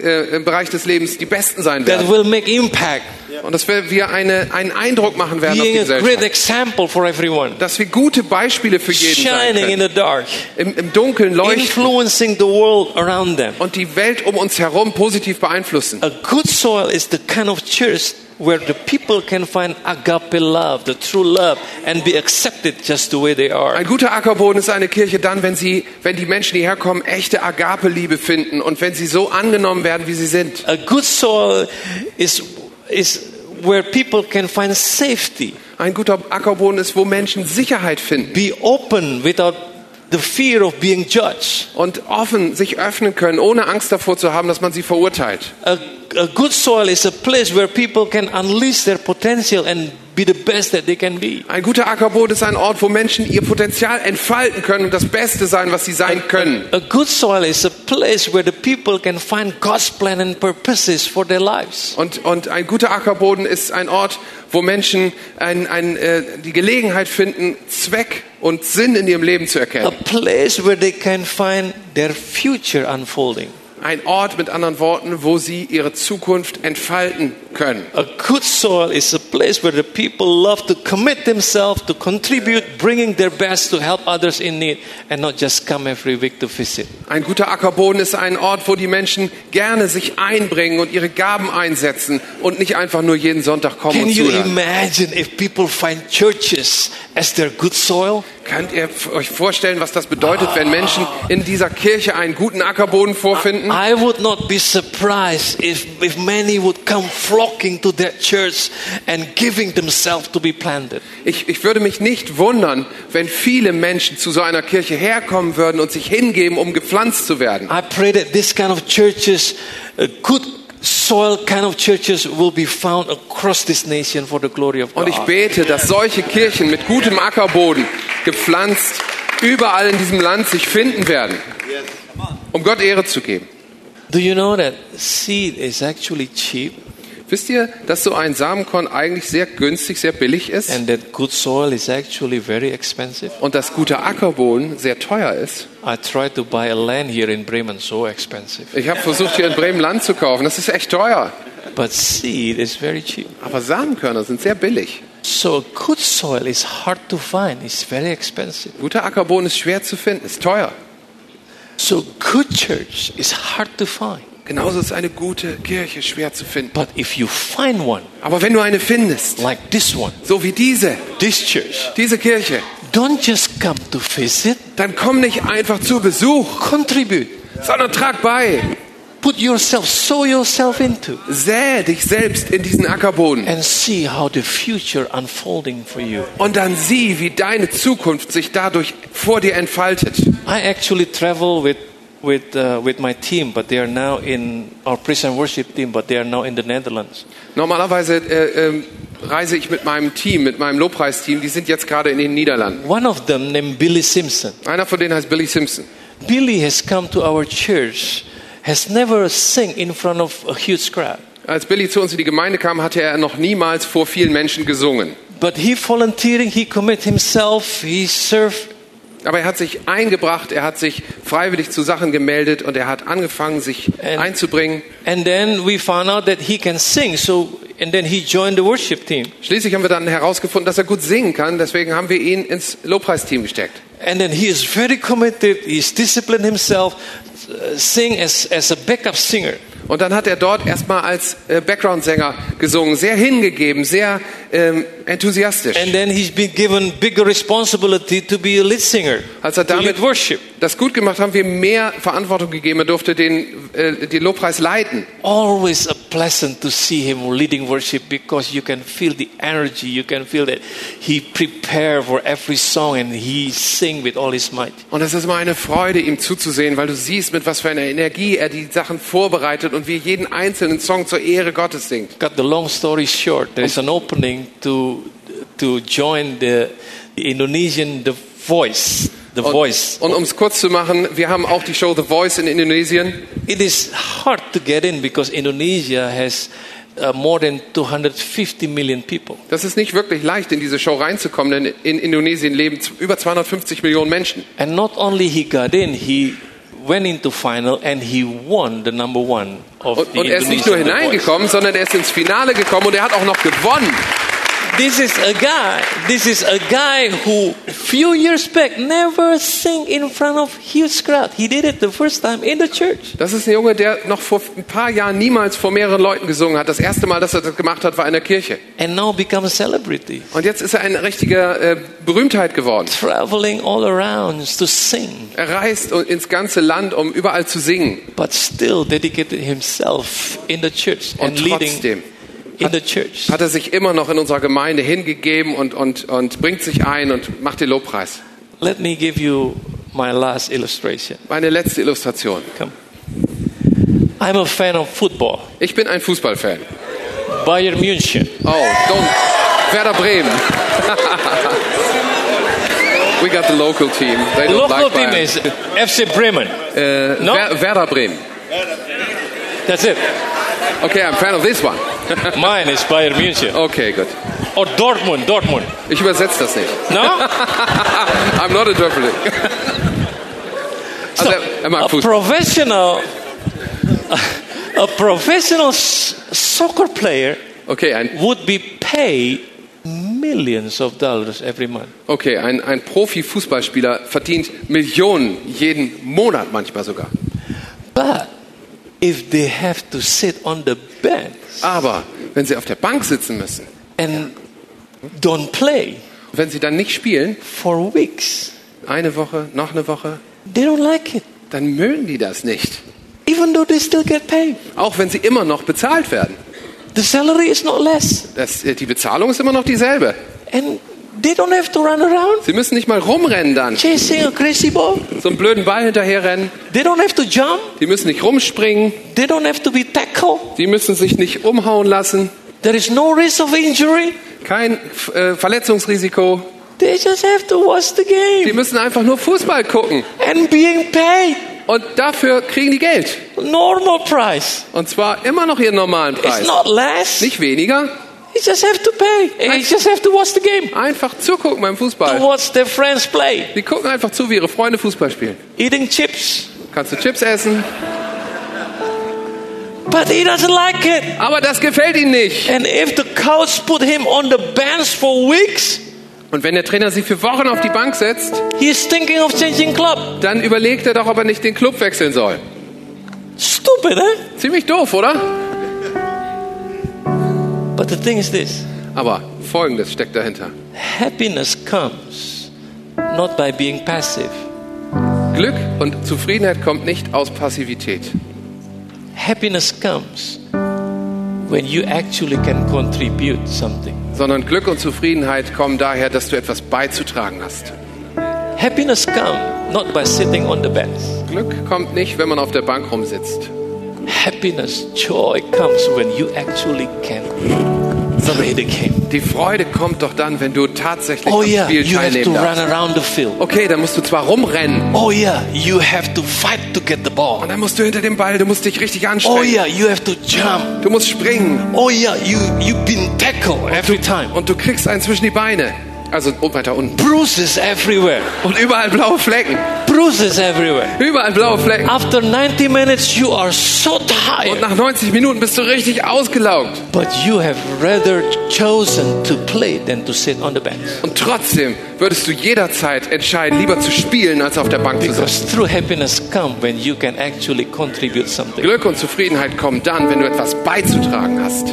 B: äh, im Bereich des Lebens die Besten sein
A: That
B: werden.
A: will make impact,
B: Und dass wir, wir eine, einen Eindruck machen werden auf die
A: being a great
B: Gesellschaft.
A: example for everyone,
B: Dass wir gute Beispiele für jeden sein
A: shining in
B: können.
A: the dark,
B: Im, Im Dunkeln leuchten
A: influencing the world around them.
B: und die Welt um uns herum positiv beeinflussen.
A: A good soil is the kind of church where the people can find agape love, the true love, and be accepted just the way they are.
B: Ein guter Ackerboden ist eine Kirche dann, wenn sie, wenn die Menschen, die herkommen, echte Agape-Liebe finden und wenn sie so angenommen werden, wie sie sind.
A: A good soil is, is where people can find safety,
B: Ein guter Ackerboden ist, wo Menschen Sicherheit finden
A: be open without the fear of being judged.
B: und offen sich öffnen können, ohne Angst davor zu haben, dass man sie verurteilt.
A: A, a good soil is a place where people can unleash their potential and be the best that they can be.
B: Ein guter Ackerboden ist ein Ort, wo Menschen ihr Potenzial entfalten können und das Beste sein, was sie sein können.
A: A good soil is a place where the people can find God's plan and purposes for their lives.
B: Und, und ein guter Ackerboden ist ein Ort, wo Menschen ein, ein, äh, die Gelegenheit finden, Zweck und Sinn in ihrem Leben zu
A: a
B: erkennen.
A: place where they can find their future unfolding.
B: Ein Ort, mit anderen Worten, wo sie ihre Zukunft entfalten können.
A: A good soil is a place where the people love to commit themselves to contribute, bringing their best to help others in need, and not just come every week to visit.
B: Ein guter Ackerboden ist ein Ort, wo die Menschen gerne sich einbringen und ihre Gaben einsetzen und nicht einfach nur jeden Sonntag kommen
A: Can
B: und
A: you
B: zuhören.
A: imagine if people find churches as their good soil?
B: Könnt ihr f- euch vorstellen, was das bedeutet, wenn Menschen in dieser Kirche einen guten Ackerboden vorfinden?
A: I would not be surprised if, if many would come flocking to that church and giving themselves to be planted.
B: Ich, ich würde mich nicht wundern, wenn viele Menschen zu so einer Kirche herkommen würden und sich hingeben, um gepflanzt zu werden.
A: I pray that this kind of churches, uh, good soil kind of churches, will be found across this nation for the glory of
B: Und ich
A: God.
B: bete, dass solche Kirchen mit gutem Ackerboden gepflanzt überall in diesem Land sich finden werden,
C: Yes. Come on.
B: um Gott Ehre zu geben.
A: Do you know that seed is actually cheap?
B: Wisst ihr, dass so ein Samenkorn eigentlich sehr günstig, sehr billig ist
A: and that good soil is actually very expensive.
B: und dass guter Ackerboden sehr teuer ist?
A: I tried to buy a land here in Bremen, so expensive.
B: Ich habe versucht, hier in Bremen Land zu kaufen. Das ist echt teuer.
A: But seed is very cheap.
B: Aber Samenkörner sind sehr billig.
A: So good soil is hard to find, it's very expensive.
B: Guter Ackerboden ist schwer zu finden, ist teuer.
A: So good church is hard to find.
B: Genauso ist eine gute Kirche schwer zu finden.
A: But if you find one,
B: Aber wenn du eine findest,
A: like this one,
B: so wie diese,
A: this church,
B: diese Kirche,
A: don't just come to visit,
B: dann komm nicht einfach zu Besuch,
A: contribute.
B: sondern trag bei.
A: Put yourself, sow yourself into,
B: Säe dich selbst in diesen Ackerboden
A: and see how the future unfolding for you.
B: und dann sieh, wie deine Zukunft sich dadurch vor dir entfaltet.
A: I actually travel with with uh, with my team, but they are now in our praise and worship team, but they are now in the Netherlands.
B: Normalerweise äh, ähm, reise ich mit meinem Team, mit meinem Lobpreisteam, die sind jetzt gerade in den Niederlanden.
A: One of them named Billy Simpson.
B: Einer von denen heißt Billy Simpson.
A: Billy has come to our church, has never sing in front of a huge crowd,
B: Als Billy zu uns in die Gemeinde kam, hatte er noch niemals vor vielen Menschen gesungen.
A: but he volunteering, he commit himself, he served.
B: Aber er hat sich eingebracht, er hat sich freiwillig zu Sachen gemeldet und er hat angefangen, sich
A: Ähm.
B: einzubringen.
A: And then we found out that he can sing, so and then he joined the worship team.
B: Schließlich haben wir dann herausgefunden, dass er gut singen kann, deswegen haben wir ihn ins Lobpreisteam gesteckt.
A: And then he is very committed, he's disciplined himself, uh, sing as, as a backup singer.
B: Und dann hat er dort erstmal als äh, Background-Sänger gesungen, sehr hingegeben, sehr ähm, enthusiastisch.
A: And then he's been given bigger responsibility to be a lead singer,
B: Als er
A: to
B: damit
A: lead worship.
B: das gut gemacht haben, wir mehr Verantwortung gegeben. Er durfte den, äh, den Lobpreis leiten.
A: Always a pleasant to see him leading worship because you can feel the energy, you can feel that he prepare for every song and he sing with all his might.
B: Und es ist immer eine Freude, ihm zuzusehen, weil du siehst, mit was für einer Energie er die Sachen vorbereitet und wie er jeden einzelnen Song zur Ehre Gottes singt.
A: Cut the long story short, there's an opening to to join the, the Indonesian The Voice. The Voice.
B: Und um es kurz zu machen, wir haben auch die Show The Voice in Indonesien.
A: It is hard to get in because Indonesia has uh, more than 250 million people.
B: Das ist nicht wirklich leicht, in diese Show reinzukommen, denn in Indonesien leben z- über 250 Millionen Menschen.
A: And not only he got in, he went into final and he won the number one of
B: Und,
A: the
B: und er ist nicht nur
A: Indonesian Voice.
B: hineingekommen, sondern er ist ins Finale gekommen und er hat auch noch gewonnen.
A: This is a guy. This is a guy who few years back never sang in front of huge crowd. He did it the first time in the church.
B: Das ist ein Junge, der noch vor ein paar Jahren niemals vor mehreren Leuten gesungen hat. Das erste Mal, dass er das gemacht hat, war in der Kirche.
A: And now become a celebrity.
B: Und jetzt ist er eine richtige äh, Berühmtheit geworden.
A: Traveling all around to sing,
B: Er reist und- ins ganze Land, um überall zu singen.
A: but still dedicated himself in the church and
B: Und
A: leading
B: trotzdem
A: in the church.
B: hat er sich immer noch in unserer Gemeinde hingegeben und, und, und bringt sich ein und macht den Lobpreis.
A: Let me give you my last illustration.
B: Meine letzte Illustration.
A: Come. I'm a fan of football.
B: Ich bin ein Fußballfan.
A: Bayern München.
B: Oh, don't. Werder Bremen. We got the local team. They
A: The
B: don't
A: local
B: like
A: team
B: Bayern.
A: is FC Bremen.
B: Äh,
A: No?
B: Wer Werder Bremen.
A: That's it.
B: Okay, I'm fan of this one.
A: Mine is Bayern München.
B: Okay, gut.
A: Or Dortmund, Dortmund.
B: Ich übersetze das nicht.
A: No?
B: I'm not interpreting. Also, er, er
A: a
B: mag Fußball.
A: professional a, professional s- soccer player
B: Okay, ein,
A: would be paid millions of dollars every month.
B: okay, ein, ein Profi-Fußballspieler verdient Millionen jeden Monat manchmal sogar.
A: But if they have to sit on the bench
B: Aber wenn sie auf der Bank sitzen müssen,
A: and don't play
B: wenn sie dann nicht spielen,
A: for weeks,
B: eine Woche, noch eine Woche,
A: they don't like it.
B: dann mögen die das nicht.
A: Even though they still get paid.
B: Auch wenn sie immer noch bezahlt werden.
A: The salary is not less.
B: Das, äh, die Bezahlung ist immer noch dieselbe.
A: And they don't have to run around
B: Sie müssen nicht mal rumrennen dann.
A: chasing a crazy ball.
B: So einen blöden Ball hinterherrennen.
A: They don't have to jump.
B: Die müssen nicht rumspringen.
A: They don't have to be tackled.
B: Die müssen sich nicht umhauen lassen.
A: There is no risk of injury.
B: Kein äh, Verletzungsrisiko.
A: They just have to watch the
B: Die
A: game
B: müssen einfach nur Fußball gucken
A: and being paid.
B: Und dafür kriegen die Geld.
A: Normal price.
B: Und zwar immer noch ihren normalen Preis.
A: It's not less.
B: Nicht weniger.
A: You just have to pay. You just have to watch the game.
B: Einfach zugucken beim
A: To
B: Fußball.
A: watch their friends play.
B: Die gucken einfach zu, wie ihre Freunde Fußball spielen.
A: Eating chips.
B: Kannst du Chips essen,
A: But he doesn't like it.
B: aber das gefällt ihnen nicht.
A: And if the coach put him on the bench for weeks,
B: Und wenn der Trainer sie für Wochen auf die Bank setzt,
A: he's thinking of changing club.
B: dann überlegt er doch, ob er nicht den Club wechseln soll.
A: Stupid, eh?
B: Ziemlich doof, oder?
A: But the thing is this.
B: Aber Folgendes steckt dahinter.
A: Happiness comes not by being passive.
B: Glück und Zufriedenheit kommt nicht aus Passivität.
A: Happiness comes when you actually can contribute something.
B: sondern Glück und Zufriedenheit kommen daher, dass du etwas beizutragen hast.
A: Happiness comes not by sitting on the bench.
B: Glück kommt nicht, wenn man auf der Bank rumsitzt,
A: Happiness, joy comes when you actually can play the game.
B: Die Freude kommt doch dann, wenn du tatsächlich
A: Oh
B: am
A: yeah,
B: Spiel
A: you have to
B: teilnehmen
A: run
B: darfst.
A: around the field.
B: Okay, dann musst du zwar rumrennen
A: Oh yeah, you have to fight to get the ball.
B: und dann musst du hinter dem Ball, du musst dich richtig
A: Oh
B: anstrengen.
A: yeah, you have to jump.
B: Du musst springen
A: Oh yeah, you you've been tackled every time.
B: und du kriegst einen zwischen die Beine. Also oh, weiter unten.
A: Bruises everywhere.
B: Und überall blaue Flecken.
A: Bruises everywhere.
B: Überall blaue Flecken.
A: After 90 minutes, you are so
B: Und
A: tired.
B: nach 90 Minuten bist du richtig ausgelaugt.
A: But you have rather chosen to play than to sit on the bench.
B: Und trotzdem würdest du jederzeit entscheiden, lieber zu spielen, als auf der Bank zu sitzen.
A: Because true happiness comes when you can actually contribute something.
B: Glück und Zufriedenheit kommen dann, wenn du etwas beizutragen hast.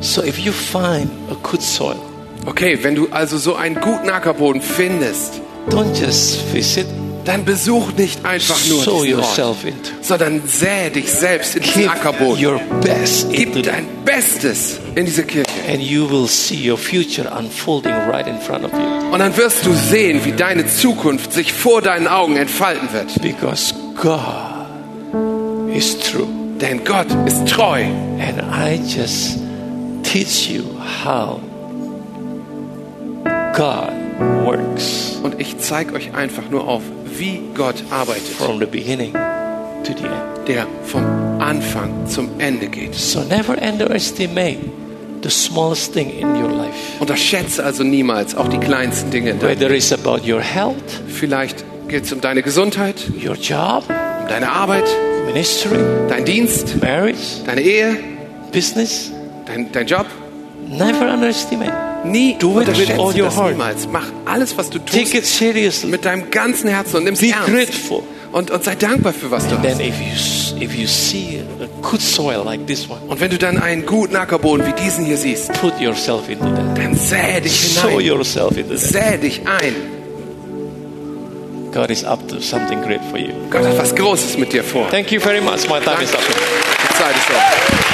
A: So if you find a good soil,
B: Okay, wenn du also so einen guten Ackerboden findest,
A: don't just visit,
B: dann besuch nicht einfach nur
A: sow
B: diesen Ort,
A: yourself into.
B: sondern säe dich selbst in diesen
A: Give
B: Ackerboden.
A: your best into
B: Gib
A: that.
B: dein Bestes in diese Kirche.
A: And you will see your future unfolding right in front of you.
B: Und dann wirst du sehen, wie deine Zukunft sich vor deinen Augen entfalten wird.
A: Because God is true.
B: Denn Gott ist treu.
A: And I just teach you how God works
B: Und ich zeige euch einfach nur auf, wie Gott arbeitet,
A: from the beginning to the end.
B: der vom Anfang zum Ende geht.
A: So never underestimate the smallest thing in your life.
B: Unterschätze also niemals auch die kleinsten Dinge in deinem
A: Whether it's about your health,
B: Vielleicht geht es um deine Gesundheit,
A: your job,
B: um deine Arbeit,
A: ministry,
B: dein Dienst,
A: marriage,
B: deine Ehe,
A: business.
B: dein, dein Job.
A: Never underestimate.
B: Nie
A: Do it with
B: unterschätze
A: all your
B: das
A: heart.
B: niemals. Mach alles, was du
A: Take
B: tust,
A: it seriously.
B: mit deinem ganzen Herzen und nimm's
A: Be
B: ernst.
A: grateful.
B: Und, und sei dankbar für was du
A: Then
B: hast.
A: if you s- if you see a good soil like this one,
B: Und wenn du dann einen guten Ackerboden wie diesen hier siehst,
A: put yourself into that.
B: dann säe dich
A: Sow
B: hinein.
A: yourself into that.
B: Säe dich ein.
A: God is up to something great for you.
B: Gott hat was Großes mit dir vor.
A: Thank you very much. My time is up.
B: Die Zeit ist um.